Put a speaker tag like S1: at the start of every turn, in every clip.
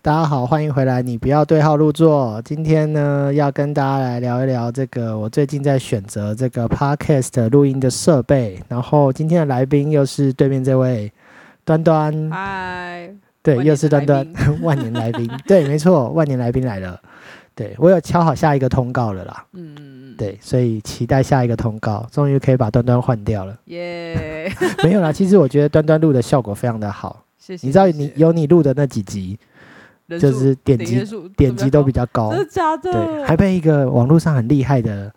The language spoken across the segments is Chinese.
S1: 大家好，欢迎回来。你不要对号入座。今天呢，要跟大家来聊一聊这个我最近在选择这个 podcast 录音的设备。然后今天的来宾又是对面这位端端，
S2: 嗨，
S1: 对，
S2: 啊万
S1: 又
S2: 年
S1: 是
S2: 的
S1: 端
S2: 来
S1: 端 万年来宾，对，没错，万年来宾来了。对我有敲好下一个通告了啦，
S2: 嗯，
S1: 对，所以期待下一个通告，终于可以把端端换掉 了。
S2: 耶，
S1: 没有啦，其实我觉得端端录的效果非常的好，
S2: 谢谢。
S1: 你知道
S2: 谢
S1: 你
S2: 谢
S1: 有你录的那几集，
S2: 人
S1: 就
S2: 数
S1: 是点
S2: 订
S1: 击
S2: 阅数
S1: 点击都比
S2: 较
S1: 较高
S2: 高，，真的假的？
S1: 对，还被一个网络上很厉害的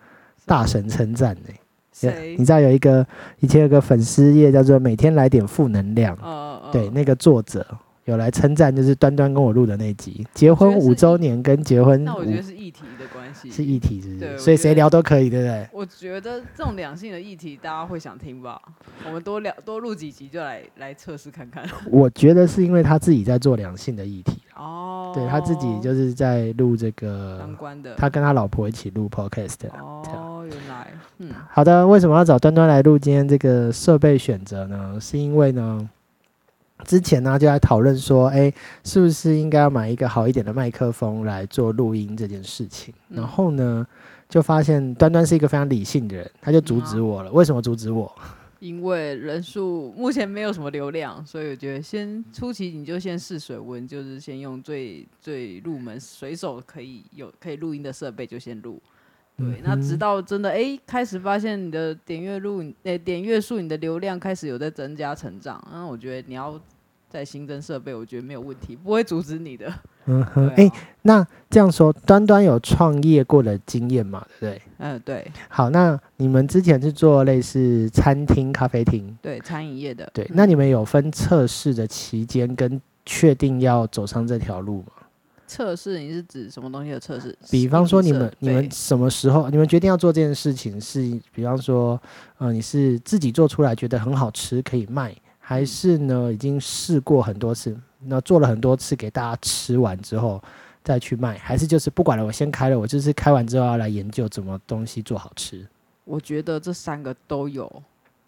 S1: 大神称赞呢。
S2: 谁
S1: 你？知道有一个以前有个粉丝页叫做“每天来点负能量”，
S2: 呃，
S1: 对，那个作者有来称赞，就是端端跟我录的那集，结
S2: 我觉
S1: 婚
S2: 得是
S1: 五周年跟结婚
S2: 那我
S1: 五
S2: 觉得是议题的关系，
S1: 嗯是一。体，是不
S2: 对
S1: 是？
S2: 我
S1: 所以
S2: 觉
S1: 谁
S2: 得
S1: 聊都可以，对不对？
S2: 我觉得这种两性的议题，大家会想听吧？我们多聊多录几集，就来来测试看看。
S1: 我觉得是因为他自己在做良性的议题，
S2: 哦，
S1: 对他自己就是在录这个
S2: 相，关的。
S1: 他跟他老婆一起录 podcast 啊。
S2: 哦，原来，嗯，
S1: 好的，为什么要找端端来录今天这个设备选择呢？是因为呢，之前呢就在讨论说，哎、是不是应该要买一个好一点的麦克风来做录音这件事情？
S2: 嗯
S1: 然后呢，就发现端端是一个非常理性的人，他就阻止
S2: 嗯
S1: 我了。为什么阻止我？
S2: 因为人数目前没有什么流量，所以我觉得先初期你就先试水温，就是先用最最入门、随手可以有可以录音的设备就先录。对，
S1: 嗯
S2: 那
S1: 哼
S2: 直到真的哎、诶开始发现你的点阅录、诶、点阅数、你的流量开始有在增加成长，那我觉得你要再新增设备，我觉得没有问题，不会阻止你的。
S1: 嗯
S2: 对
S1: 哼，
S2: 啊
S1: 哎、那这样说，端端有创业过的经验嘛？对不对？
S2: 嗯，对
S1: 好，那你们之前是做类似餐厅、咖啡厅，
S2: 对，餐饮业的。
S1: 对，
S2: 嗯
S1: 那你们有分测试的期间跟确定要走上这条路吗？
S2: 测试你是指什么东西的测试？
S1: 比方说你们
S2: 设
S1: 你们
S2: 备
S1: 什么时候你们决定要做这件事情是？比方说，呃，你是自己做出来觉得很好吃可以卖，还是呢已经试过很多次，那做了很多次给大家吃完之后再去卖，还是就是不管了，我先开了，我就是开完之后要来研究怎么东西做好吃？
S2: 我觉得这三个都有，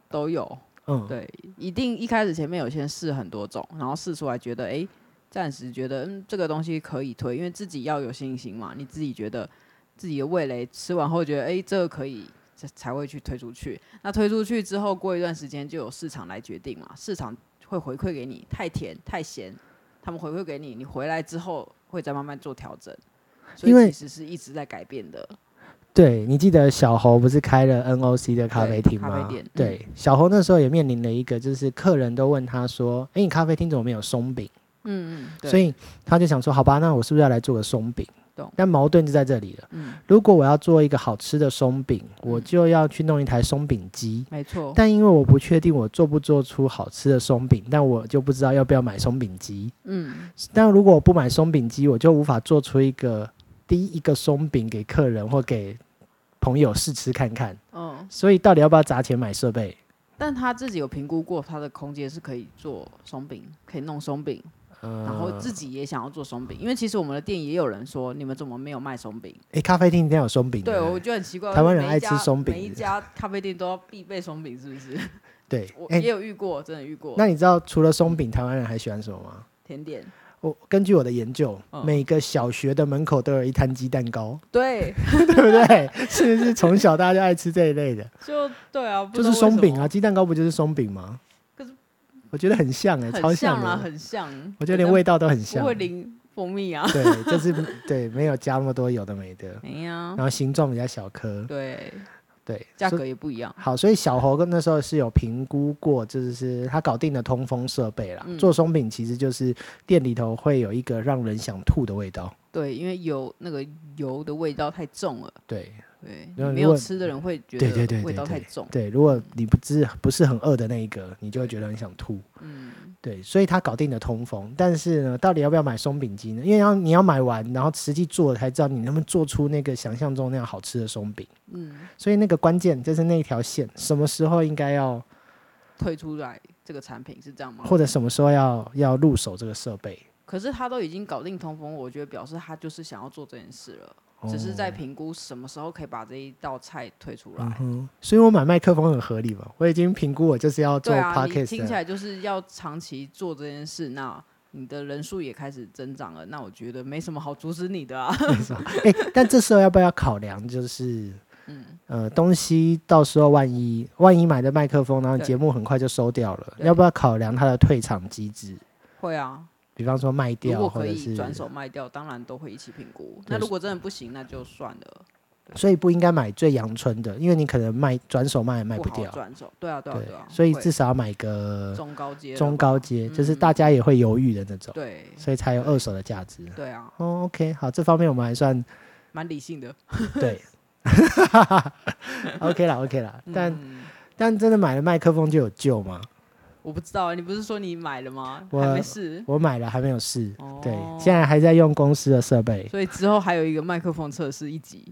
S2: 都有。
S1: 嗯，
S2: 对，一定一开始前面有先试很多种，然后试出来觉得，诶，暂时觉得嗯这个东西可以推，因为自己要有信心嘛，你自己觉得自己的味蕾吃完后觉得，诶，这个可以。才才会去推出去。那推出去之后，过一段时间就有市场来决定嘛，市场会回馈给你，太甜太咸，他们回馈给你，你回来之后会再慢慢做调整。所
S1: 因为
S2: 以其实是一直在改变的。
S1: 对，你记得小侯不是开了 NOC 的咖啡
S2: 对
S1: 厅
S2: 咖
S1: 吗？
S2: 啡店嗯
S1: 对，小侯那时候也面临了一个，就是客人都问他说：“诶，你咖啡厅怎么没有松饼
S2: 嗯嗯，？”对
S1: 所以他就想说：“好吧，那我是不是要来做个松饼
S2: 懂？”
S1: 但矛盾就在这里了。
S2: 嗯，
S1: 如果我要做一个好吃的松饼，我
S2: 嗯
S1: 就要去弄一台松饼机。
S2: 没错。
S1: 但因为我不确定我做不做出好吃的松饼，但我就不知道要不要买松饼机。
S2: 嗯，
S1: 但如果我不买松饼机，我就无法做出一个第一个松饼给客人或给朋友试吃看看。
S2: 嗯，
S1: 所以到底要不要砸钱买设备？
S2: 但他自己有评估过，他的空间是可以做松饼，可以弄松饼，
S1: 嗯，
S2: 然后自己也想要做松饼，因为其实我们的店也有人说，你们怎么没有卖松饼？
S1: 诶，咖啡厅一定要有松饼。
S2: 对，
S1: 不
S2: 我就很奇怪，
S1: 台湾人
S2: 每一家
S1: 爱吃松饼
S2: 每一家咖啡店都要必备松饼，是不 是？
S1: 对
S2: 我，
S1: 诶，
S2: 也有遇过，真的遇过。
S1: 哎那你知道除了松饼，台湾人还喜欢什么吗？
S2: 甜点，
S1: 我根据我的研究，
S2: 嗯
S1: 每个小学的门口都有一摊鸡蛋糕，
S2: 对，
S1: 对不对？是不是从小大家就爱吃这一类的？
S2: 就对啊，不
S1: 就
S2: 知道
S1: 是
S2: 为
S1: 松
S2: 什
S1: 饼
S2: 么
S1: 啊，，鸡蛋糕不就是松饼吗？
S2: 可是
S1: 我觉得很像哎、超
S2: 很像啊，
S1: 的，
S2: 很像。
S1: 我觉得连味道都很像
S2: 不。会淋蜂 蜜啊，
S1: 对， 就是对，没有加那么多有的没的，
S2: 没呀
S1: 然，后形状比较小颗，
S2: 对，
S1: 对，
S2: 价
S1: 所以
S2: 格也不一样。
S1: 好，所以小猴跟那时候是有评估过，就是他搞定了通风设备啦。
S2: 嗯
S1: 做松饼其实就是店里头会有一个让人想吐的味道，
S2: 对，因为油那个油的味道太重了。
S1: 对
S2: 对，
S1: 那
S2: 没
S1: 如
S2: 有
S1: 果
S2: 吃的人会觉
S1: 对对对
S2: 得味
S1: 对
S2: 道太重。
S1: 对。如果你不知不是很饿的那一个，你就会觉得很想吐。
S2: 嗯，
S1: 对，所以他搞定了通风，但是呢，到底要不要买松饼机呢？因为要你要买完，然后实际做了才知道你能不能做出那个想象中那样好吃的松饼。
S2: 嗯，
S1: 所以那个关键就是那一条线，什么时候应该要，
S2: 推出来这个产品是这样吗？
S1: 或者什么时候要要入手这个设备。
S2: 可是他都已经搞定通风，我觉得表示他就是想要做这件事了，只是在评估什么时候可以把这一道菜推出来。
S1: 哦嗯哼，所以我买麦克风很合理嘛，我已经评估我就是要做
S2: 对啊，你
S1: podcast，
S2: 听起
S1: 的、
S2: 来就是要长期做这件事，那你的人数也开始增长了，那我觉得没什么好阻止你的啊。
S1: 没错。哎、但这时候要不要考量就是，
S2: 嗯
S1: 呃，东西到时候万一万一买的麦克风，然后
S2: 对
S1: 节目很快就收掉了，
S2: 对
S1: 要不要考量它的退场机制？
S2: 会啊，
S1: 比方说卖
S2: 如
S1: 掉，
S2: 果
S1: 或
S2: 可
S1: 者
S2: 以
S1: 是，
S2: 转手卖掉，当然都会一起评估。
S1: 对
S2: 那如果真的不行，那就算了，
S1: 所以不应该买最阳春的，因为你可能卖转手卖也卖
S2: 不好
S1: 掉，
S2: 转手。对啊，对啊，
S1: 对
S2: 对啊。
S1: 所以
S2: 会
S1: 至少要买个
S2: 中高阶了吧，
S1: 中高阶，就是
S2: 嗯
S1: 大家也会犹豫的那种，
S2: 对
S1: 所以才有二手的价值。
S2: 对啊，
S1: 哦，OK，好，这方面我们还算
S2: 蛮理性的。
S1: 对 ，OK 啦，OK 啦，但、
S2: 嗯
S1: 但真的买了麦克风就有救吗？
S2: 我不知道，啊你不是说你买了吗？
S1: 我
S2: 还没试，
S1: 我买了还没有试，对，
S2: 哦
S1: 现在还在用公司的设备，
S2: 所以之后还有一个麦克风测试一 集。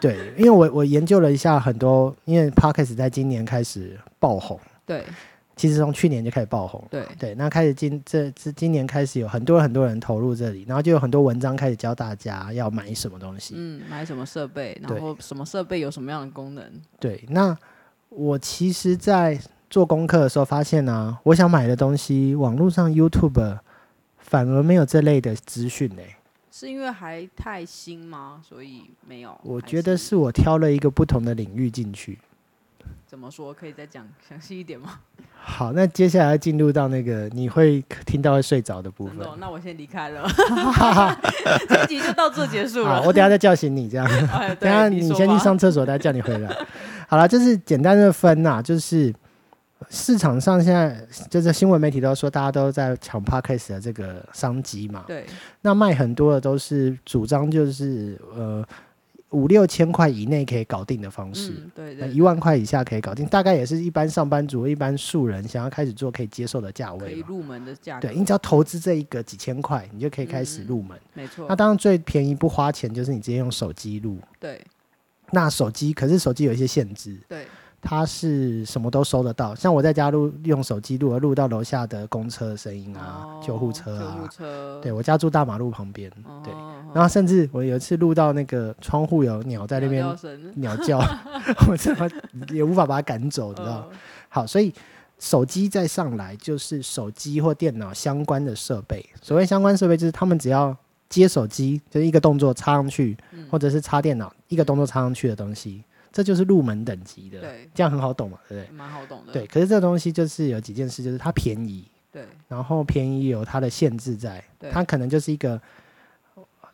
S1: 对，因为我我研究了一下很多，因为 Podcast 在今年开始爆红，
S2: 对
S1: 其实从去年就开始爆红了。
S2: 对，
S1: 对，那开始今这这今年开始有很多很多人投入这里，然后就有很多文章开始教大家要买什么东西。
S2: 嗯，买什么设备，
S1: 对
S2: 然后什么设备有什么样的功能？
S1: 对，那我其实，在做功课的时候发现呢、我想买的东西，网络上 YouTube 反而没有这类的资讯欸呢、
S2: 是因为还太新吗？所以没有。
S1: 我
S2: 还
S1: 觉得是我挑了一个不同的领域进去。
S2: 怎么说？可以再讲详细一点吗？
S1: 好，那接下来进入到那个你会听到会睡着的部
S2: 真
S1: 分
S2: 的哦，。那我先离开了， 这一集就到这结束
S1: 好，
S2: 了。
S1: 我等一下再叫醒你这样。
S2: 哎，
S1: 等
S2: 对
S1: 一下
S2: 你
S1: 你
S2: 说
S1: 先去
S2: 吧
S1: 上厕所，等一下叫你回来。好了，就是简单的分呐、就是市场上现在就是新闻媒体都说大家都在抢 podcast 的这个商机嘛。
S2: 对，
S1: 那卖很多的都是主张就是呃五六千块以内可以搞定的方式。
S2: 嗯，对
S1: 那
S2: 对，
S1: 一万块以下可以搞定，大概也是一般上班族、一般素人想要开始做可以接受的价
S2: 可以
S1: 位嘛。
S2: 入门的嗯价格
S1: 对，，你只要投资这一个几千块，你就可以开始入门。
S2: 没错
S1: 那，当然最便宜不花钱就是你直接用手机录，
S2: 对
S1: 那手机可是手机有一些限制，
S2: 对，
S1: 它是什么都收得到。像我在家录用手机录，录到楼下的公车的声音啊、
S2: 哦
S1: 救护车
S2: 救护
S1: 啊。
S2: 车，
S1: 对我家住大马路旁边，对。
S2: 哦，
S1: 然后甚至我有一次录到那个窗户有鸟在那边
S2: 鸟叫声
S1: 鸟叫， 我真的也无法把它赶走，你知道吗？
S2: 呃
S1: 好，所以手机再上来就是手机或电脑相关的设备。所谓相关设备，就是他们只要接手机，就是一个动作插上去，
S2: 嗯
S1: 或者是插电脑一个动作插上去的东西，这就是入门等级的。
S2: 对，嗯
S1: 这样很好懂嘛，对不
S2: 蛮好懂的，
S1: 对？对。可是这东西就是有几件事，就是它便宜，
S2: 对
S1: 然后便宜有它的限制在，
S2: 对
S1: 它可能就是一个。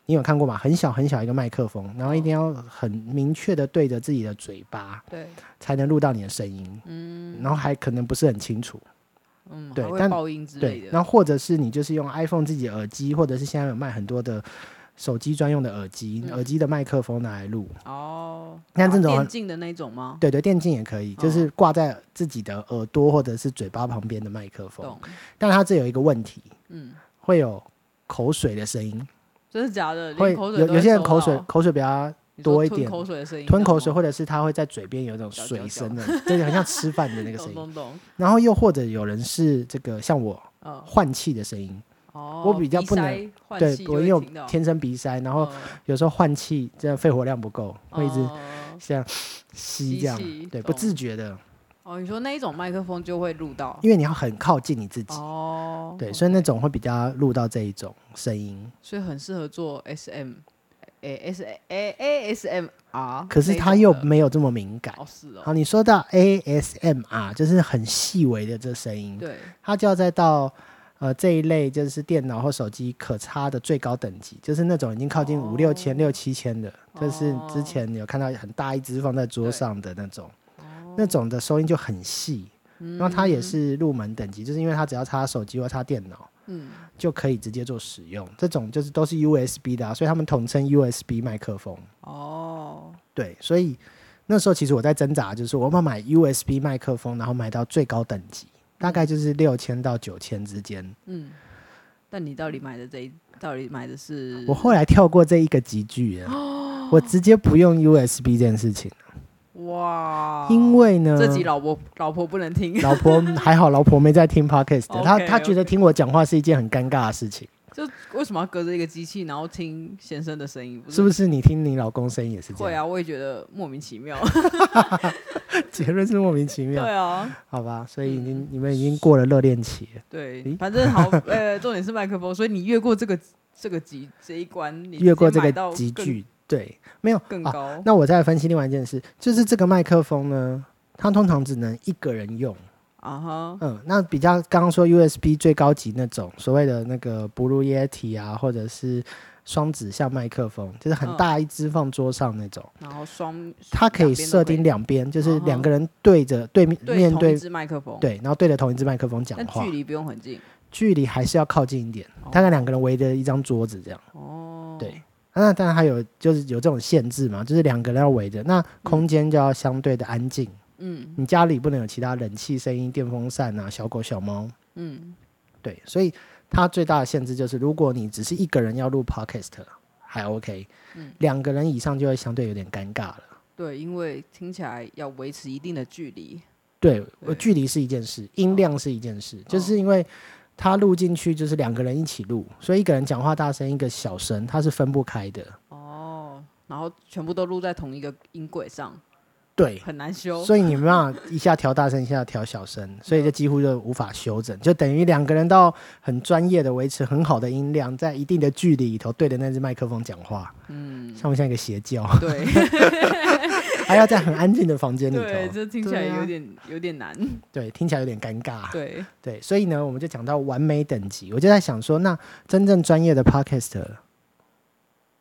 S1: 你有看过吗？很小很小一个麦克风，然后一定要很明确的对着自己的嘴巴，
S2: 对，
S1: 才能录到你的声音，嗯，然后还可能不是很清楚，
S2: 嗯，
S1: 对
S2: 还会
S1: 但
S2: 爆音之类
S1: 对
S2: 的，，
S1: 然后或者是你就是用 iPhone 自己的耳机，或者是现在有卖很多的手机专用的耳机，
S2: 嗯
S1: 耳机的麦克风拿来录，
S2: 哦，
S1: 像这
S2: 打
S1: 种
S2: 电竞的那种吗？
S1: 对对，电竞也可以，
S2: 哦
S1: 就是挂在自己的耳朵或者是嘴巴旁边的麦克风
S2: 懂，，
S1: 但它这有一个问题，
S2: 嗯，
S1: 会有口水的声音，
S2: 真的假的？
S1: 会
S2: 连口水
S1: 有
S2: 都
S1: 有
S2: 会
S1: 些人
S2: 收
S1: 口水
S2: 到
S1: 口水比较
S2: 你说
S1: 多一
S2: 吞
S1: 点
S2: 口水的声音，
S1: 吞口水，，或者是他会在嘴边有一种
S2: 嚼嚼
S1: 水
S2: 嚼
S1: 声的，就是很像吃饭的那个声
S2: 懂
S1: 音，
S2: 懂懂，
S1: 然后又或者有人是这个像我
S2: 嗯，
S1: 换气的声音。
S2: 哦，
S1: 我比较
S2: 鼻
S1: 不能
S2: 塞换
S1: 对
S2: 气，就
S1: 我
S2: 会
S1: 因为
S2: 听到
S1: 我天生鼻塞，然后
S2: 嗯
S1: 有时候换气，这样肺活量不够，会一直
S2: 哦
S1: 像吸
S2: 吸
S1: 这样
S2: 气，
S1: 对，不
S2: 懂
S1: 自觉的，
S2: 哦，你说那一种麦克风就会录到
S1: 因为你要很靠近你自己，
S2: 哦，
S1: 对，
S2: OK
S1: 所以那种会比较录到这一种声音。
S2: 所以很适合做 S M，诶 S A A S M R，
S1: 可是它又没有这么敏感。
S2: 哦是
S1: 好，
S2: 哦，
S1: 你说到 ASMR，就是很细微的这声音，
S2: 对，
S1: 它就要再到呃这一类就是电脑或手机可插的最高等级，就是那种已经靠近五六千、六七千的，就是之前有看到很大一只放在桌上的那种，那种的收音就很细。然后它也是入门等级，就是因为它只要插手机或插电脑
S2: 嗯，
S1: 就可以直接做使用。这种就是都是 USB 的、啊，所以他们统称 USB 麦克风。
S2: 哦，
S1: 对，所以那时候其实我在挣扎，就是我要不要买 USB 麦克风，然后买到最高等级，大概就是六千到九千之间。
S2: 嗯，但你到底买的这一，到底买的是
S1: 我后来跳过这一个集聚了，
S2: 哦
S1: 我直接不用 USB 这件事情，
S2: 哇，
S1: 因为呢，
S2: 这集老婆老婆不能听，
S1: 老婆还好，老婆没在听 podcast，的她
S2: OK，OK
S1: 她觉得听我讲话是一件很尴尬的事情。
S2: 就为什么要隔着一个机器，然后听先生的声音？不
S1: 是不是？你听你老公声音也是这
S2: 会
S1: 样？
S2: 啊，我也觉得莫名其妙。
S1: 结论是莫名其
S2: 对
S1: 妙，
S2: 啊，
S1: 好吧？所以已经你们已经过了热恋期了，
S2: 对
S1: 咦，
S2: 反正好，呃，重点是麦克风，所以你越过这个这个级这一关，你
S1: 越过
S2: 直
S1: 这
S2: 接
S1: 个
S2: 买到
S1: 集
S2: 更
S1: 距，对，没有
S2: 更
S1: 啊
S2: 高。
S1: 那我再分析另外一件事，就是这个麦克风呢，它通常只能一个人用。
S2: 啊哈，
S1: 嗯，那比较刚刚说 USB 最高级那种所谓的那个 Blue Yeti 啊，或者是双指向麦克风，就是很
S2: 嗯
S1: 大一只放桌上那种，
S2: 然后双
S1: 它可以
S2: 两边都
S1: 设定
S2: 可以
S1: 两边，就是
S2: 嗯哼
S1: 两个人对着对面
S2: 对
S1: 面
S2: 同一
S1: 对
S2: 支麦克风，，
S1: 对，然后对着同一支麦克风讲
S2: 但
S1: 话
S2: 距，离不用很近。
S1: 距离还是要靠近一点，
S2: 哦
S1: 大概两个人围着一张桌子这样。
S2: 哦，
S1: 对，那当然还有就是有这种限制嘛，就是两个人要围着，那空间就要相对的安静。
S2: 嗯
S1: 你家里不能有其他冷气声音、电风扇啊、小狗、小猫。
S2: 嗯，
S1: 对，所以它最大的限制就是，如果你只是一个人要录 podcast，还 OK，
S2: 嗯
S1: 两个人以上就会相对有点尴尬了。
S2: 对，因为听起来要维持一定的距离，
S1: 对，我距离是一件事，音量是一件事，
S2: 哦
S1: 就是因为它录进去就是两个人一起录，所以一个人讲话大声，一个小声，它是分不开的。
S2: 然后全部都录在同一个音轨上，
S1: 对，
S2: 很难修。
S1: 所以你没办法一下调大声，一下调小 声，所以就几乎就无法修整，就等于两个人到很专业的维持很好的音量，在一定的距离里头对着那只麦克风讲话，
S2: 嗯，
S1: 像不像一个邪教？
S2: 对
S1: 还要在很安静的房间里头，
S2: 对，
S1: 对，
S2: 这听起来
S1: 对啊
S2: 有点有点难。
S1: 听起来有点尴尬。
S2: 对，
S1: 对，所以呢，我们就讲到完美等级，我就在想说，那真正专业的 podcast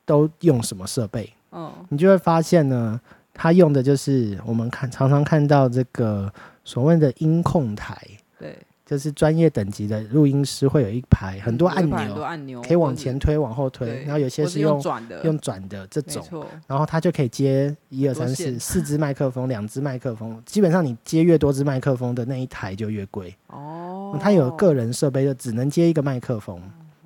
S1: 都用什么设备？
S2: 嗯
S1: 你就会发现呢，他用的就是我们看常常看到这个所谓的音控台。
S2: 对，
S1: 就是专业等级的录音师会有一排很多
S2: 嗯
S1: 按
S2: 有一排很多
S1: 钮，
S2: 按钮
S1: 可以往
S2: 或是
S1: 前推、往后推，
S2: 对
S1: 然后有些
S2: 或
S1: 是
S2: 是
S1: 用
S2: 转的，
S1: 用转的这
S2: 没
S1: 种，
S2: 错，
S1: 然后它就可以接一二
S2: 多
S1: 三四
S2: 线
S1: 四支麦克风、两支麦克风，基本上你接越多支麦克风的那一台就越贵。
S2: 哦，
S1: 它有个人设备，就只能接一个麦克风，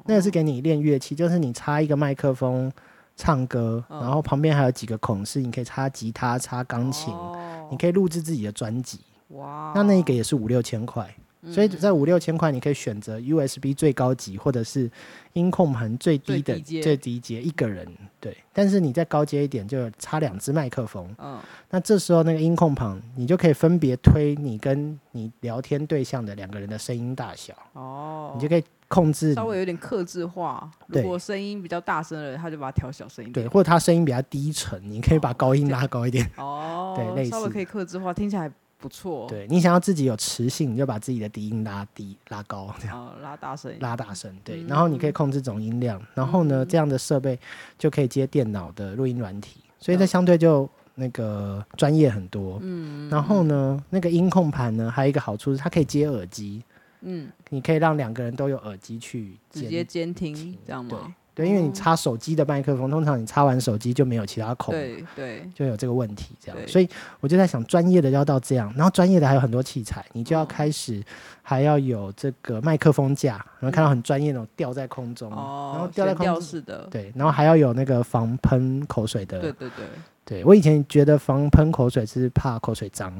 S1: 那个是给你练乐器，就是你插一个麦克风唱歌，
S2: 嗯
S1: 然后旁边还有几个孔是你可以插吉他、插钢琴，
S2: 哦
S1: 你可以录制自己的专辑。
S2: 哇，
S1: 那那一个也是五六千块，所以在五六千块，你可以选择 USB 最高级，或者是音控盘最低
S2: 最
S1: 的
S2: 低阶
S1: 最低阶一个人对。但是你再高阶一点，就有插两只麦克风，
S2: 嗯
S1: 那这时候那个音控盘你就可以分别推你跟你聊天对象的两个人的声音大小，
S2: 哦，
S1: 你就可以控制
S2: 稍微有点克制化。如
S1: 对
S2: 果声音比较大声的人，他就把它调小声一
S1: 对，
S2: 点。
S1: 或者他声音比较低沉，你可以把
S2: 哦
S1: 高音
S2: 这
S1: 拉高一点。
S2: 哦，
S1: 对类
S2: 稍微
S1: 似
S2: 可以克制化，听起来不错。，
S1: 对你想要自己有磁性，你就把自己的低音拉低拉高。
S2: 呃，拉大声。
S1: 拉大声，对，
S2: 嗯
S1: 然后你可以控制总音量，然后呢，这样的设备就可以接电脑的录音软体，所以这
S2: 嗯
S1: 相对就那个专业很多。嗯，然后呢，那个音控盘呢，还有一个好处是它可以接耳机，
S2: 嗯，
S1: 你可以让两个人都有耳机去
S2: 直
S1: 监
S2: 接监听这样
S1: 对
S2: 吗？
S1: 对，因为你插手机的麦克风，通常你插完手机就没有其他孔。
S2: 对对，
S1: 就有这个问题，这样，
S2: 对
S1: 所以我就在想，专业的要到这样，然后专业的还有很多器材，你就要开始还要有这个麦克风架，然后看到很专业那种吊在空中，然后
S2: 哦，
S1: 吊在
S2: 悬吊
S1: 空中，
S2: 式的，
S1: 对，然后还要有那个防喷口水的，
S2: 对对对，
S1: 对我以前觉得防喷口水是怕口水脏，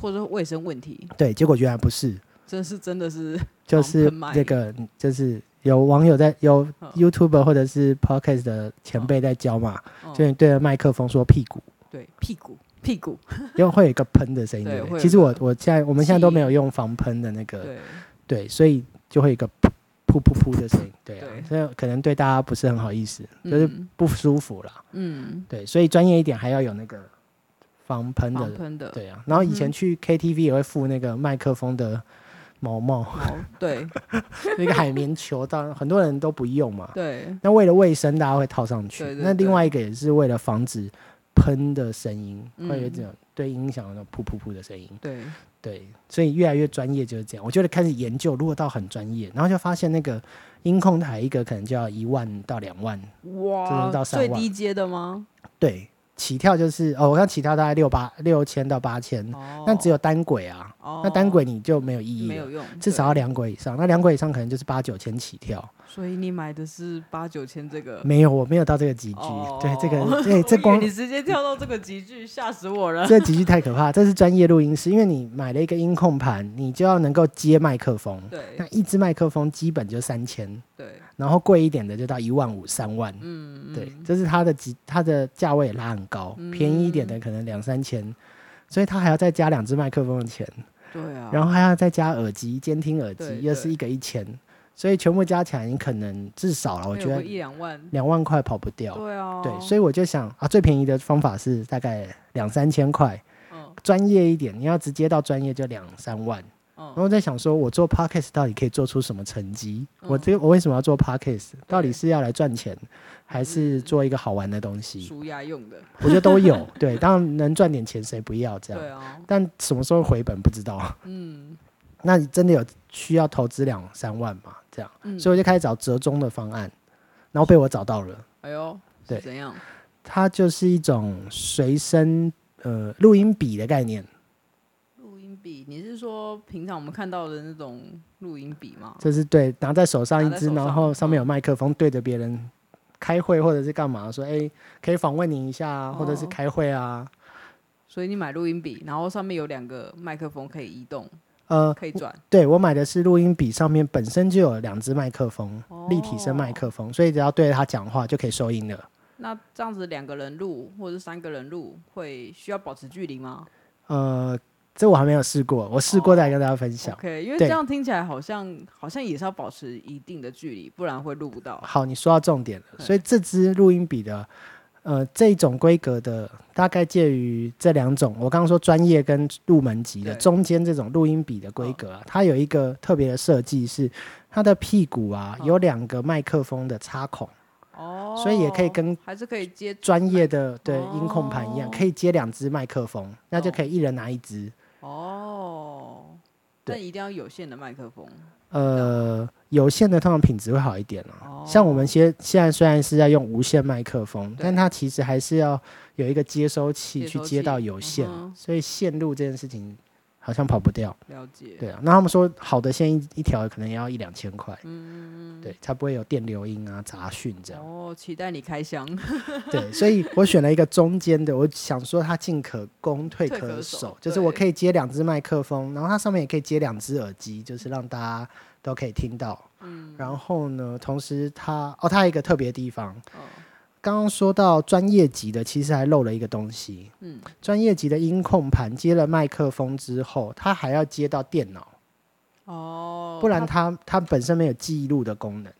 S2: 或者卫生问题，
S1: 对，结果原来不是，
S2: 真是真的是
S1: 就
S2: 防
S1: 是
S2: 喷麦
S1: 这个就是。有网友在有
S2: 嗯
S1: YouTube 或者是 Podcast 的前辈在教嘛，
S2: 嗯
S1: 就你对着麦克风说屁股，
S2: 对屁股屁股，
S1: 因为会有一个喷的声音。
S2: 对
S1: 对不
S2: 会有
S1: 对其实
S2: 一
S1: 我
S2: 个
S1: 我现在我们现在都
S2: 气
S1: 没有用防喷的那个，
S2: 对
S1: 对，所以就会有一个噗噗噗噗的声音。对啊
S2: 对，
S1: 所以可能对大家不是很好意思，就是
S2: 嗯
S1: 不舒服啦。
S2: 嗯，
S1: 对，所以专业一点还要有那个防喷
S2: 防
S1: 的。
S2: 喷的，
S1: 对啊，然后以
S2: 嗯
S1: 前去 KTV 也会附那个麦克风的毛毛，
S2: 好，对
S1: 那个海绵球，当然很多人都不用嘛。
S2: 对
S1: 那为了卫生，大家会套上去。
S2: 对对
S1: 那另
S2: 对
S1: 外一个也是为了防止喷的声音，会有
S2: 嗯
S1: 这种对音响的那种噗噗噗的声音。
S2: 对，
S1: 对，所以越来越专业就是这样。我觉得开始研究，如果到很专业，然后就发现那个音控台一个可能就要一万到两万，
S2: 哇，
S1: 到三
S2: 最
S1: 万
S2: 低阶的吗？
S1: 对，起跳就是哦，我看起跳大概六八六千到八千，
S2: 哦，
S1: 但只有单轨啊，
S2: 哦
S1: 那单轨你就没有意义
S2: 没有
S1: 了，
S2: 用，
S1: 至少
S2: 对
S1: 要两轨以上，那两轨以上可能就是八九千起跳。
S2: 所以你买的是八九千这个。
S1: 没有，我没有到这个级距，
S2: 呃哦
S1: 对这 个，对这光
S2: 我以为你直接跳到这个集 句，吓死我了。
S1: 这集距太可怕，这是专业录音师，因为你买了一个音控盘，你就要能够接麦克风，
S2: 对
S1: 那一支麦克风基本就三千。
S2: 对，
S1: 然后贵一点的就到一万五、三万，嗯，对，这是它的级，它的价位也拉很高，
S2: 嗯
S1: 便宜一点的可能两三千，所以它还要再加两只麦克风的钱，
S2: 对啊，
S1: 然后还要再加耳机、监听耳机
S2: 对，
S1: 又是一个一千，所以全部加起来，你可能至少了，我
S2: 那
S1: 觉
S2: 有
S1: 得
S2: 个一两万，
S1: 两万块跑不掉，
S2: 对啊，
S1: 对，所以我就想啊，最便宜的方法是大概两三千块，
S2: 嗯
S1: 专业一点，你要直接到专业就两三万。然
S2: 嗯，
S1: 后在想说，我做 podcast 到底可以做出什么成绩？我
S2: 嗯
S1: 这我为什么要做 podcast？到底是要来赚钱，还
S2: 嗯
S1: 是做一个好玩的东西？
S2: 舒压用的，
S1: 我觉得都 有。对，当然能赚点钱，谁不要这样
S2: 对？啊，
S1: 但什么时候回本不知道。
S2: 嗯
S1: 那你真的有需要投资两三万嘛？这样，
S2: 嗯，
S1: 所以我就开始找折中的方案，然后被我找到了。
S2: 哎呦，
S1: 对
S2: 是怎样？
S1: 它就是一种随身呃录音笔的概念，
S2: 哦录音笔，你是说平常我们看到的那种录音笔吗？
S1: 就是对拿在手上一
S2: 拿在
S1: 支，
S2: 手上嗯
S1: 然后上面有麦克风，对着别人开会或者是干嘛，说哎、可以访问你一下啊，
S2: 哦
S1: 或者是开会啊，
S2: 所以你买录音笔，然后上面有两个麦克风可以移动，
S1: 呃，
S2: 可以转，
S1: 对我买的是录音笔，上面本身就有两只麦克风，立体声麦
S2: 哦
S1: 克风，所以只要对着它讲话就可以收音了。
S2: 那这样子两个人录或者是三个人录，会需要保持距离吗
S1: 呃，这我还没有试过，我试
S2: 哦
S1: 过再跟大家分享。
S2: ？OK，因为
S1: 对
S2: 这样听起来好像好像也是要保持一定的距离，不然会录不到。
S1: 好，你说到重点了。
S2: 对
S1: 所以这支录音笔的，呃，这种规格的，大概介于这两种，我刚刚说专业跟入门级的
S2: 对嗯
S1: 中间这种录音笔的规格啊，它有一个特别的设计是，它的屁股啊
S2: 嗯
S1: 有两个麦克风的插孔，
S2: 哦，
S1: 所以也可以跟
S2: 还是可以接
S1: 专业的对音控盘一样，
S2: 哦
S1: 可以接两支麦克风，那就可以一人拿一支。
S2: 哦，
S1: 对
S2: 但一定要有线的麦克风。
S1: 呃，有线的通常品质会好一点啊。
S2: 哦，
S1: 像我们现现在虽然是在用无线麦克风，
S2: 对
S1: 但它其实还是要有一个接收器
S2: 接
S1: 去
S2: 收
S1: 接
S2: 器
S1: 到有线，
S2: 嗯哼
S1: 所以线路这件事情好像跑不掉。
S2: 了解，
S1: 对啊，那他们说好的线一一条可能也要一两千块，
S2: 嗯
S1: 对，才不会有电流音啊、杂讯这样。
S2: 哦，期待你开箱。
S1: 对，所以我选了一个中间的，我想说它进可攻，退
S2: 退
S1: 可守
S2: 可守，
S1: 就是我
S2: 对
S1: 可以接两只麦克风，然后它上面也可以接两只耳机，就是让大家都可以听到。嗯，然后呢，同时它哦，它还有一个特别的地方，
S2: 哦，
S1: 刚刚说到专业级的，其实还漏了一个东西。
S2: 嗯，
S1: 专业级的音控盘接了麦克风之后，它还要接到电脑，
S2: 哦，
S1: 不然它它本身没有记录的功能。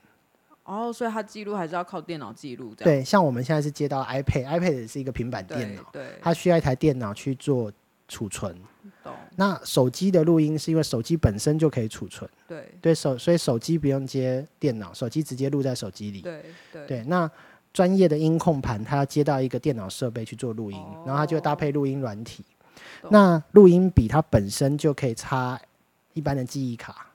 S2: 哦，所以它记录还是要靠电脑记录这样。
S1: 对，像我们现在是接到 iPad，iPad 也是一个平板电脑，
S2: 对，
S1: 它需要一台电脑去做储存。
S2: 懂，
S1: 那手机的录音是因为手机本身就可以储存，
S2: 对
S1: 对手，所以手机不用接电脑，手机直接录在手机里。
S2: 对对
S1: 对，那专业的音控盘，它要接到一个电脑设备去做录音，然后它就搭配录音软体。
S2: 哦懂
S1: 那录音笔它本身就可以插一般的记忆卡，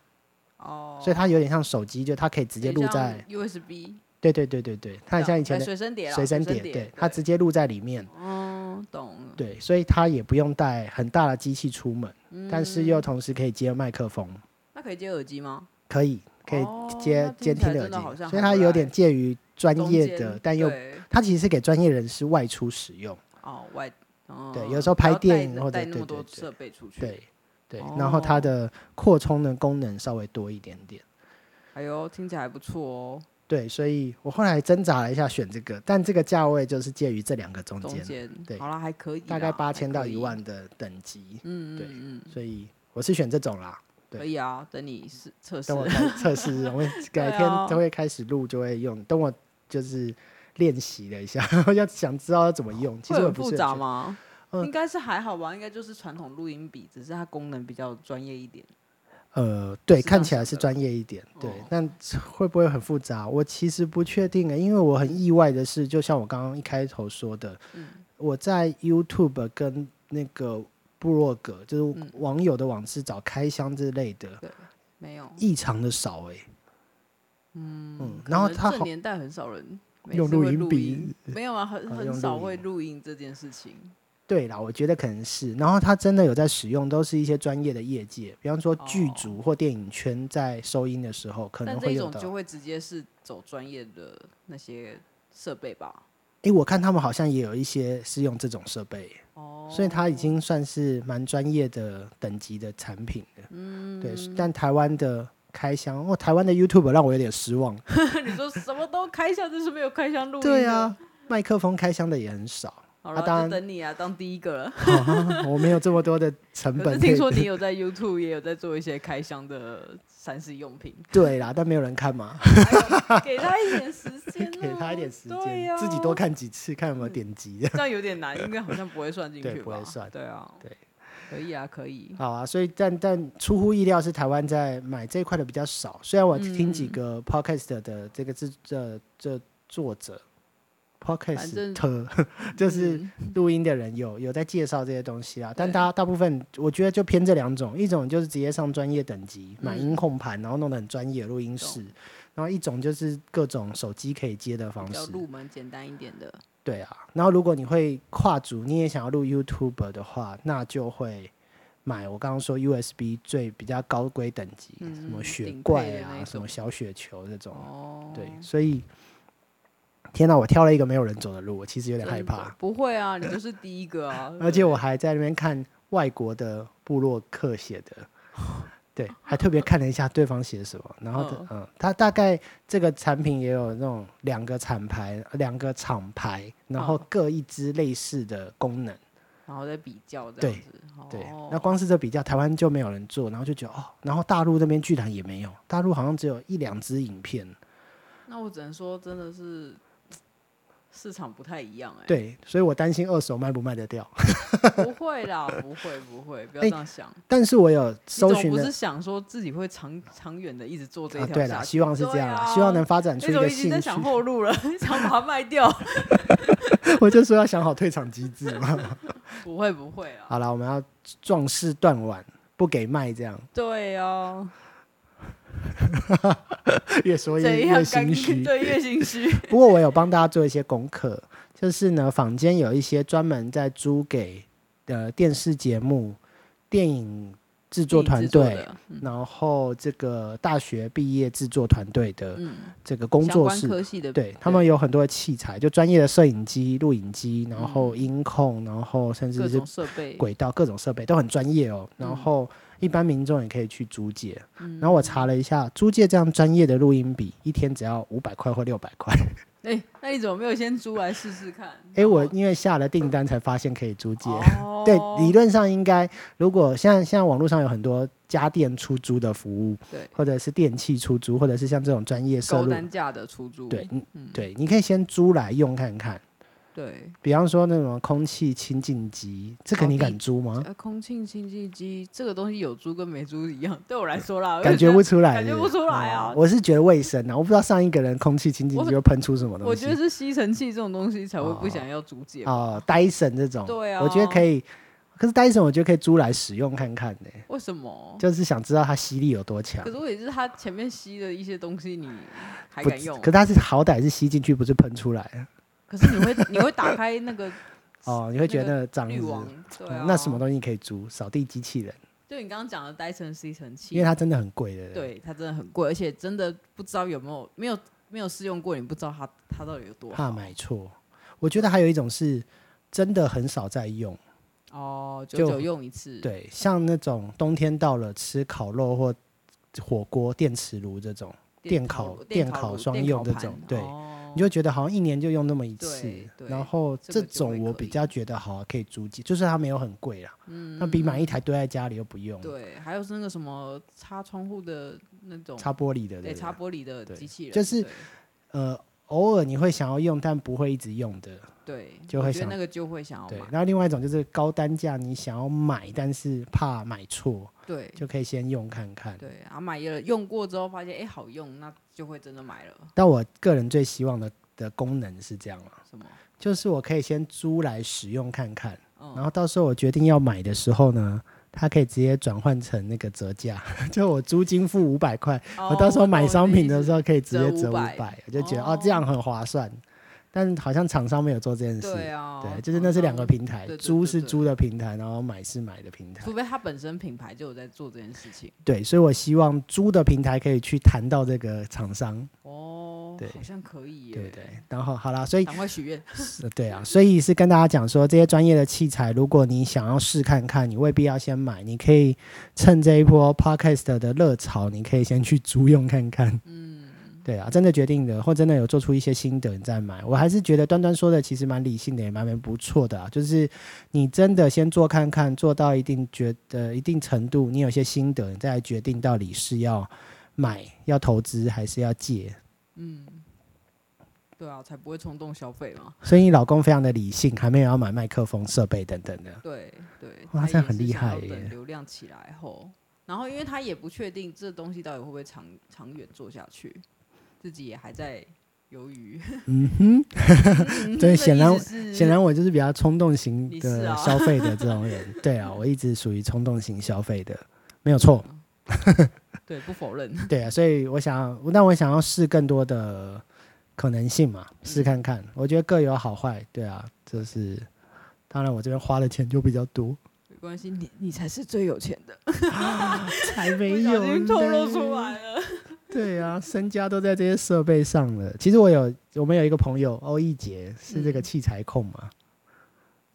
S2: 哦，
S1: 所以它有点像手机，就它可以直
S2: 直
S1: 接录在，
S2: USB，
S1: 对对对对对，它很像以前
S2: 哎
S1: 的
S2: 随身碟啦，
S1: 随身碟，对
S2: 对，，
S1: 它直接录在里面，
S2: 哦，懂了，
S1: 对，所以它也不用带很大的机器出门，但是
S2: 嗯
S1: 又同时可以接麦克风，
S2: 那可以接耳机吗？
S1: 可以可以
S2: 哦
S1: 接
S2: 那听
S1: 监
S2: 起
S1: 听
S2: 来
S1: 耳
S2: 真的好
S1: 机，
S2: 像
S1: 所以
S2: 还
S1: 它
S2: 不
S1: 有
S2: 赖
S1: 点介于专
S2: 中
S1: 业
S2: 间
S1: 的，但又
S2: 对
S1: 它其实是给专业人士外出使用。
S2: 哦外，哦
S1: 对有时候拍
S2: 不要带
S1: 电影
S2: 着
S1: 或者
S2: 带那
S1: 对
S2: 么
S1: 对
S2: 多
S1: 对
S2: 设备出去，，
S1: 对对，然后它
S2: 哦
S1: 的扩充的功能稍微多一点点。
S2: 哎呦，听起来还不错哦，
S1: 对，所以我后来挣扎了一下选这个，但这个价位就是介于这两个中
S2: 中
S1: 间，
S2: 间
S1: 对
S2: 好啦，还可以啦，
S1: 大概八
S2: 还
S1: 千到
S2: 可
S1: 一
S2: 以，
S1: 万的等级，
S2: 嗯
S1: 对
S2: 嗯嗯，
S1: 所以我是选这种啦。对
S2: 可以啊，等你试测试
S1: 等，我开测试， 我们改天
S2: 哦
S1: 都会开始录，就会用。等我就是练习了一下， 要想知道要怎么用。其实
S2: 会
S1: 我也
S2: 很
S1: 不
S2: 复
S1: 是
S2: 杂
S1: 很确
S2: 吗？
S1: 嗯
S2: 应该是还好吧，应该就是传统录音笔，只是它功能比较专业一点。
S1: 呃，对，
S2: 是这
S1: 看
S2: 样
S1: 起来
S2: 想
S1: 是
S2: 的
S1: 专业一点，对，
S2: 哦
S1: 但会不会很复杂？我其实不确定啊，因为我很意外的是，就像我刚刚一开头说的，
S2: 嗯
S1: 我在 YouTube 跟那个部落格，就是
S2: 嗯
S1: 网友的网志找开箱之类的，
S2: 对，没有。
S1: 异常的少哎、嗯然
S2: 可
S1: 后
S2: 能
S1: 他
S2: 这
S1: 好
S2: 年代很少人每
S1: 用
S2: 次
S1: 录
S2: 会
S1: 音
S2: 录
S1: 笔
S2: 音，没有啊，很
S1: 哦用
S2: 很
S1: 录
S2: 少
S1: 音
S2: 会录音这件事情。
S1: 对啦，我觉得可能是，然后他真的有在使用，都是一些专业的业界，比方说剧
S2: 哦
S1: 组或电影圈在收音的时候可能
S2: 但这
S1: 会
S2: 一
S1: 用
S2: 种
S1: 到
S2: 就。会直接是走专业的那些设备 吧。
S1: 诶，我看他们好像也有一些是用这种设备。
S2: 哦，
S1: 所以它已经算是蛮专业的等级的产品了。嗯，对。但台湾的开箱。哦，台湾的 YouTube 让我有点失望。
S2: 你说什么都开箱，就是没有开箱录音。
S1: 对啊，，麦克风开箱的也很少。
S2: 好
S1: 啊当
S2: 了，
S1: 然
S2: 就等你啊，当第一个了。
S1: 啊我没有这么多的成
S2: 可
S1: 本
S2: 是
S1: 可以。
S2: 听说你有在 YouTube 也有在做一些开箱的三 C 用 品，
S1: 对啦，但没有人看嘛，
S2: 哎呦给他一点时间啊，
S1: 给他一点时
S2: 对啊
S1: 间，
S2: 呀
S1: 自己多看几次，看有没有点击。
S2: 这样有点难，应该好像不会算进去吧？
S1: 对不会算
S2: 对啊，
S1: 对，
S2: 可以啊，可以。
S1: 好啊，所以但但出乎意料是台湾在买这一块的比较少。虽然我听
S2: 嗯
S1: 几个 podcast 的这个制这这作者
S2: 反
S1: podcast
S2: 正
S1: 特 就是
S2: 嗯
S1: 录音的人有有在介绍这些东西啊，但大大部分我觉得就偏这两种，一种就是直接上专业等级买音控盘，然后弄得很专业的录音室，然后一种就是各种手机可以接的方
S2: 比较
S1: 式。
S2: 入门简单一点的，
S1: 对啊，然后如果你会跨组，你也想要录 YouTube 的话，那就会买我刚刚说 USB 最比较高规等级，
S2: 嗯
S1: 什么雪
S2: 顶配
S1: 怪
S2: 的那
S1: 啊，
S2: 种
S1: 什么小雪球这种。
S2: 哦，
S1: 对，所以天哪，我挑了一个没有人走的路，我其实有
S2: 有
S1: 点害怕。。，
S2: 不会啊，你就是第一个啊
S1: 而且我还在那边看外国的部落客写的， 对，还特别看了一下对方写什么，然后他
S2: 嗯
S1: 嗯，他大概这个产品也有那种两个厂牌，两个厂牌，然后
S2: 嗯
S1: 各一支类似的功能，
S2: 然后再比较这样子。
S1: 对
S2: 哦，
S1: 那光是这比较，台湾就没有人做，然后就觉得哦，然后大陆这边居然也没有，大陆好像只有一两支影片，
S2: 那我只能说，真的是市场不太一样哎、
S1: 对，所以我担心二手卖不卖得掉，
S2: 不会啦，不会不会，不要
S1: 哎
S2: 这样想。
S1: 但是我有
S2: 你
S1: 搜
S2: 总
S1: 寻
S2: 不
S1: 的
S2: 是。想说自己会长长远的一直做这
S1: 啊，
S2: 一条、
S1: 对
S2: 下
S1: 啦，
S2: 去
S1: 希望是这
S2: 对
S1: 样啦，
S2: 啊
S1: 希望能发展出
S2: 那
S1: 一
S2: 种
S1: 个
S2: 已经
S1: 兴
S2: 在
S1: 趣
S2: 想。后路了， 想把它卖掉。
S1: 我就说要想好退场机制嘛。
S2: 不会不会啊，
S1: 好了，我们要壮士断腕，不给卖，这样
S2: 对啊，
S1: 越说
S2: 怎
S1: 越
S2: 样
S1: 越
S2: 干
S1: 心虚。
S2: 对，越 心虚。
S1: 不过我有帮大家做一些功课，就是呢，坊间有一些专门在租给呃电视节目、电影制作团
S2: 自己
S1: 队
S2: 做，的
S1: 然后这个大学毕业制作团队的
S2: 嗯，
S1: 这个工
S2: 相
S1: 作
S2: 关
S1: 室，
S2: 科系的
S1: 对他们有很多的器材，就专业的摄影机、录影机，然后音控，然后甚
S2: 嗯各
S1: 至是
S2: 种设备，
S1: 轨道、各种设备都很专业哦。
S2: 嗯
S1: 然后一般民众也可以去租借。然后我查了一下，租借这样专业的录音笔，一天只要五百块或六百 块。
S2: 哎、那你怎么没有先租来试 试看？
S1: 诶，哎我
S2: 然后
S1: 因为下了订单才发现可以租借。
S2: 哦
S1: 对，理论上应该，如果像现在网络上有很多家电出租的服务，
S2: 对
S1: 或者是电器出租，或者是像这种专业摄
S2: 高
S1: 录，
S2: 单价的出租，
S1: 对，嗯，对，你可以先租来用看看。
S2: 对，
S1: 比方说那种空气清净机，这个
S2: 哦
S1: 你
S2: 地
S1: 敢租吗？
S2: 呃，空气清净机这个东西有租跟没租一样，对我来说啦，我
S1: 感
S2: 就
S1: 觉不出来，
S2: 感觉
S1: 是
S2: 不出来啊
S1: 哦我是觉得卫生啊，我不知道上一个人空气清净机
S2: 我
S1: 会喷出什么东西。
S2: 我觉得是吸尘器这种东西才会不想要租借。
S1: 哦，戴森这种，
S2: 对啊
S1: 我觉得可以。可是戴森我觉得可以租来使用看看呢、
S2: 为什么？
S1: 就是想知道它吸力有多强
S2: 哦可。是问题是，它前面吸的一些东西你还
S1: 不
S2: 敢用？啊
S1: 可是它是好歹是吸进去，不是喷出来。啊
S2: 可是你会你会打开 那个
S1: 哦，你会觉得脏
S2: 滤
S1: 是不是
S2: 网，对啊
S1: 哦，那什么？东西可以租？扫地机器人，
S2: 就你刚刚讲的戴森吸尘
S1: 因
S2: 器
S1: 为，它真的很贵的。，
S2: 对它真的很贵，而且真的不知道有没有没有没有试用过，你不知道它它到底有多
S1: 怕
S2: 好
S1: 买错。我觉得还有一种是真的很少在用。
S2: 哦，久
S1: 就
S2: 久用一次，
S1: 对，像那种冬天到了吃烤肉或火锅电磁炉这种，电烤
S2: 炉
S1: 电
S2: 电
S1: 烤
S2: 炉
S1: 双
S2: 电
S1: 用
S2: 烤
S1: 这
S2: 盘
S1: 种对
S2: 哦
S1: 你就觉得好像一年就用那么一次
S2: 对。对
S1: 然后
S2: 这个
S1: 这
S2: 就会
S1: 种我
S2: 可以
S1: 比较觉得好可以租借，就是它没有很贵啦。嗯，那比买一台堆在家里又不用，
S2: 对，还有是那个什么擦窗户的那种，
S1: 擦玻璃的，对
S2: 对，
S1: 不
S2: 擦
S1: 对
S2: 玻璃的
S1: 对
S2: 机器人，
S1: 就是
S2: 对
S1: 呃偶尔你会想要用，但不会一直用的。
S2: 对，
S1: 就
S2: 我
S1: 会
S2: 觉得
S1: 想
S2: 那个就会想要
S1: 对，
S2: 买，
S1: 然后另外一种就是高单价，你想要买，但是怕买错，
S2: 对
S1: 就可以先用看看。
S2: 对，啊买了用过之后发现哎好用，那就会真的买了。
S1: 但我个人最希望的的功能是这样啦，
S2: 什么？
S1: 就是我可以先租来使用看看，然
S2: 嗯，
S1: 后到时候我决定要买的时候呢，它可以直接转换成那个折价， 就我租金付五百块， 我到时候买商品的时
S2: 候，
S1: 候可以直接折
S2: 折
S1: 五
S2: 500
S1: 百，我就觉得哦
S2: 哦哦
S1: 这样很划算。但好像厂商没有做这件事，
S2: 对啊，
S1: 对就是那是两个
S2: 平，
S1: 平台
S2: 哦对，对
S1: 租
S2: 对
S1: 是
S2: 对
S1: 租的平台，然后买是买的平台
S2: 除。非它本身品牌就有在做这件事情
S1: 对，所以我希望租的平台可以去谈到这个厂商，
S2: 哦。哦
S1: 对，
S2: 好像可以耶，
S1: 对不对？然后好啦，所以
S2: 赶快许愿，
S1: 是对啊，所以是跟大家讲说，这些专业的器材，如果你想要试看看，你未必要先买，你可以趁这一波 podcast 的热潮，你可以先去租用看看。嗯，对啊，真的决定的，或真的有做出一些心得，你再买。我还是觉得端端说的其实蛮理性的，也蛮蛮不错的啊。就是你真的先做看看，做到一定觉呃得一定程度，你有些心得，你再来决定到底是要买、要投资还是要借。
S2: 对啊，才不会冲动消费嘛。
S1: 所以你老公非常的理性，还没有要买麦克风设备等等的。
S2: 对对，
S1: 哇
S2: 他
S1: 这样
S2: 也
S1: 很
S2: 是
S1: 厉
S2: 想要
S1: 害耶
S2: 等流量起来后，然后因为他也不确定这东西到底会不会长长远做下去，自己也还在犹豫。嗯哼，
S1: 对显然显
S2: 显
S1: 然我就是比较冲动型
S2: 你是
S1: 的
S2: 啊
S1: 消费的这种 人，对啊，我一直属于冲动型消费的，没有错，
S2: 对不否认。
S1: 对啊，所以我想，那我想要试更多的可能性嘛，试看看，我觉得各有好坏，对啊，就是当然我这边花的钱就比较多，
S2: 没关系，你你才是最有钱的，
S1: 才
S2: 不
S1: 没
S2: 小
S1: 有
S2: 心透露
S1: 呢
S2: 出来了。
S1: 对啊，身家都在这些设备上了。其实我有，我们有一个朋友欧一杰是这个
S2: 嗯
S1: 器材控嘛，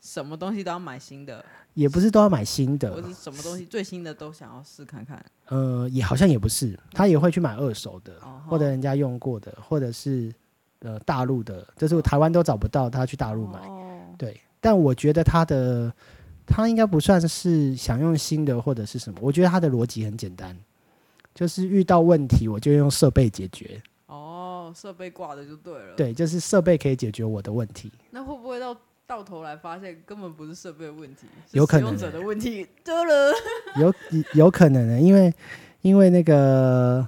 S2: 什么东西都要买新的，
S1: 也不是都要买新
S2: 或
S1: 的，
S2: 是什么东西最新的都想要试看看。
S1: 呃，也好像也不是，他也会去买二手的，
S2: 哦
S1: 或者人家用过的，或者是呃大陆的，就是台湾都找不到，他去大陆买。
S2: 哦
S1: 对，但我觉得他的他应该不算是想用新的或者是什么，我觉得他的逻辑很简单，就是遇到问题我就用设备解决，
S2: 哦，设备挂的就对了。
S1: 对，就是设备可以解决我的问题。
S2: 那会不会到到头来发现根本不是设备的问题，是
S1: 有可
S2: 使用
S1: 能
S2: 者
S1: 欸
S2: 的问题？得了，
S1: 有有可能的，因为因为那个，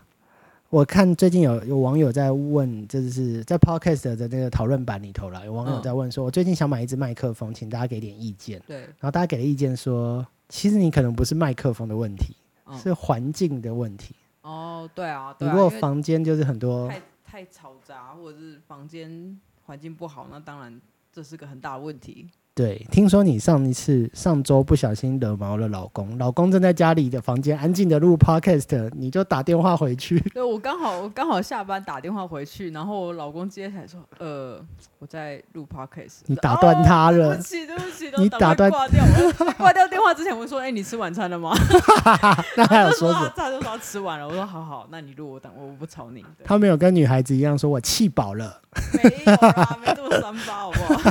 S1: 我看最近有有网友在问，就是在 podcast 的那个讨论版里头啦，有网友
S2: 嗯
S1: 在问说，我最近想买一支麦克风，请大家给点意见。
S2: 对，
S1: 然后大家给的意见说，其实你可能不是麦克风的问题，
S2: 嗯
S1: 是环境的问题。
S2: 哦，对啊，
S1: 你
S2: 对啊，
S1: 如果
S2: 因为
S1: 房间就是很多，
S2: 太太嘈杂，或者是房间环境不好，那当然这是个很大的问题。
S1: 对，听说你上一次上周不小心惹毛了老公，老公正在家里的房间安静的录 podcast，你就打电话回去。
S2: 对我刚好我刚好下班打电话回去，然后我老公接起来说：“呃，我在录 podcast。”
S1: 你打断他
S2: 哦
S1: 了
S2: 对不起，对不起，
S1: 你
S2: 然后
S1: 打断
S2: 赶快挂掉。我在挂掉 电话之前，我说：“哎、你吃晚餐了吗
S1: 那？”还
S2: 他
S1: 有
S2: 就
S1: 说
S2: 说
S1: 什么？
S2: 他他就说他吃完了。我说：“好好，那你录我等，我不吵你。”对
S1: 他没有跟女孩子一样说我气饱了，
S2: 没有啦，没这么三八，好不 好？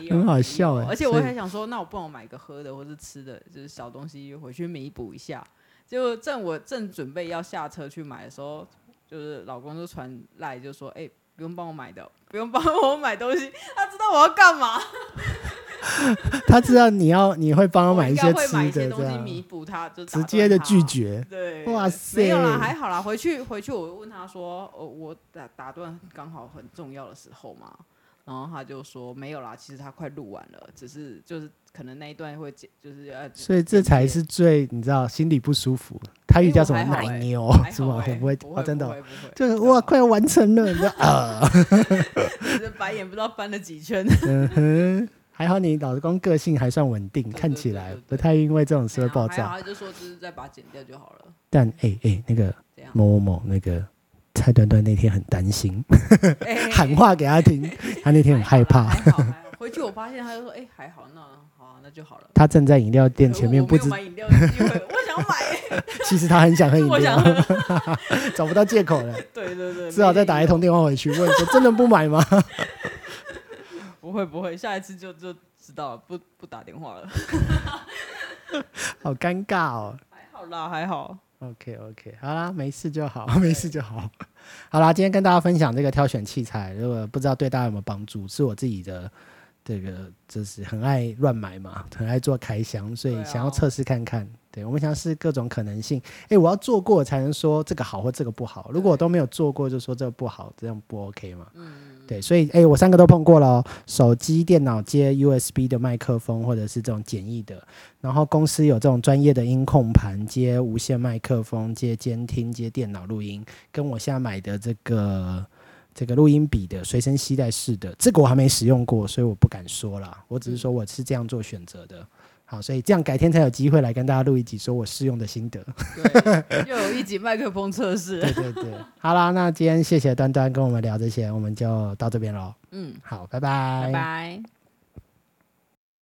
S2: 没有
S1: 很好笑
S2: 没有
S1: 欸
S2: 而且我
S1: 所以
S2: 还想说，那我帮我买个喝的或是吃的，就是小东西回去弥补一下。结果正我正准备要下车去买的时候，就是老公就传来就说：“哎、不用帮我买的，不用帮我买东西。”他知道我要干嘛，
S1: 他知道你要你会帮他买
S2: 我
S1: 一
S2: 应该
S1: 些
S2: 会买
S1: 吃
S2: 一些
S1: 的，
S2: 东
S1: 这
S2: 西
S1: 样
S2: 弥补他，就打
S1: 直
S2: 断
S1: 接的
S2: 他
S1: 拒绝。
S2: 对，
S1: 哇塞
S2: 没有啦，还好啦。回去回去，我问他说，呃，我打打断刚好很重要的时候嘛，然后他就说没有啦，其实他快录完了，只是就是可能那一段会剪，就是呃，
S1: 所以这才是最你知道心里不舒服。台语叫什么
S2: 哎我还好
S1: 奶牛
S2: 还好
S1: 哦是吗？
S2: 欸
S1: 我不会
S2: 不
S1: 哦，
S2: 会，
S1: 真的
S2: 不
S1: 哦，
S2: 会，不会
S1: 这个
S2: 知道
S1: 哇，快完成了，你知道啊？
S2: 就是白眼不知道翻了几 圈，
S1: 嗯哼，还好你老公个性还算稳定，
S2: 对
S1: 看起来
S2: 对对对
S1: 不太因为这种事会爆
S2: 然后
S1: 炸。
S2: 还好他就说就是再把它剪掉就好了，
S1: 但哎哎，那个
S2: 这 样。
S1: 某某某那个蔡端端那天很担心，
S2: 哎
S1: 喊话给他听，他那天很害怕。
S2: 还好啦还好还好回去我发现他就说，哎，还好，那好啊，那就好了。
S1: 他站在饮料店
S2: 可
S1: 前
S2: 我
S1: 面，
S2: 我
S1: 不
S2: 没有
S1: 知
S2: 买饮 料的机会，我想买欸，
S1: 其实 他很想喝饮
S2: 我
S1: 料
S2: 想，喝。
S1: 找不到借口了。
S2: 对对对，
S1: 只好再打一通
S2: 电。
S1: 电话回去问说：“真的不买吗
S2: 不会不会，下一次就就知道了，不不打电话了。？”
S1: 好尴尬哦。
S2: 还好啦，还好。
S1: OK OK，好啦，没事就好，没事就好。好啦，今天跟大家分享这个挑选器材，如果不知道对大家有没有帮助，是我自己的这个就是很爱乱买嘛，很爱做开箱，所
S2: 对
S1: 以
S2: 啊
S1: 想要测试看看。对，我们想试各种可能性。诶，哎我要做过才能说这个好或这个不好。如果我都没有做过，就说这个不好，这样不 OK 嘛？对，所以诶，我三个都碰过了哦、手机、电脑接 USB 的麦克风，或者是这种简易的。然后公司有这种专业的音控盘，接无线麦克风，接监听，接电脑录音，跟我现在买的这个这个录音笔的随身携带式的，这个我还没使用过，所以我不敢说啦。我只是说我是这样做选择的。好，所以这样改天才有机会来跟大家录一集，说我试用的心得。
S2: 对， 又有一集麦克风测试。
S1: 对对对，好啦，那今天谢谢端端跟我们聊这些，我们就到这边喽。
S2: 嗯，
S1: 好，拜
S2: 拜拜。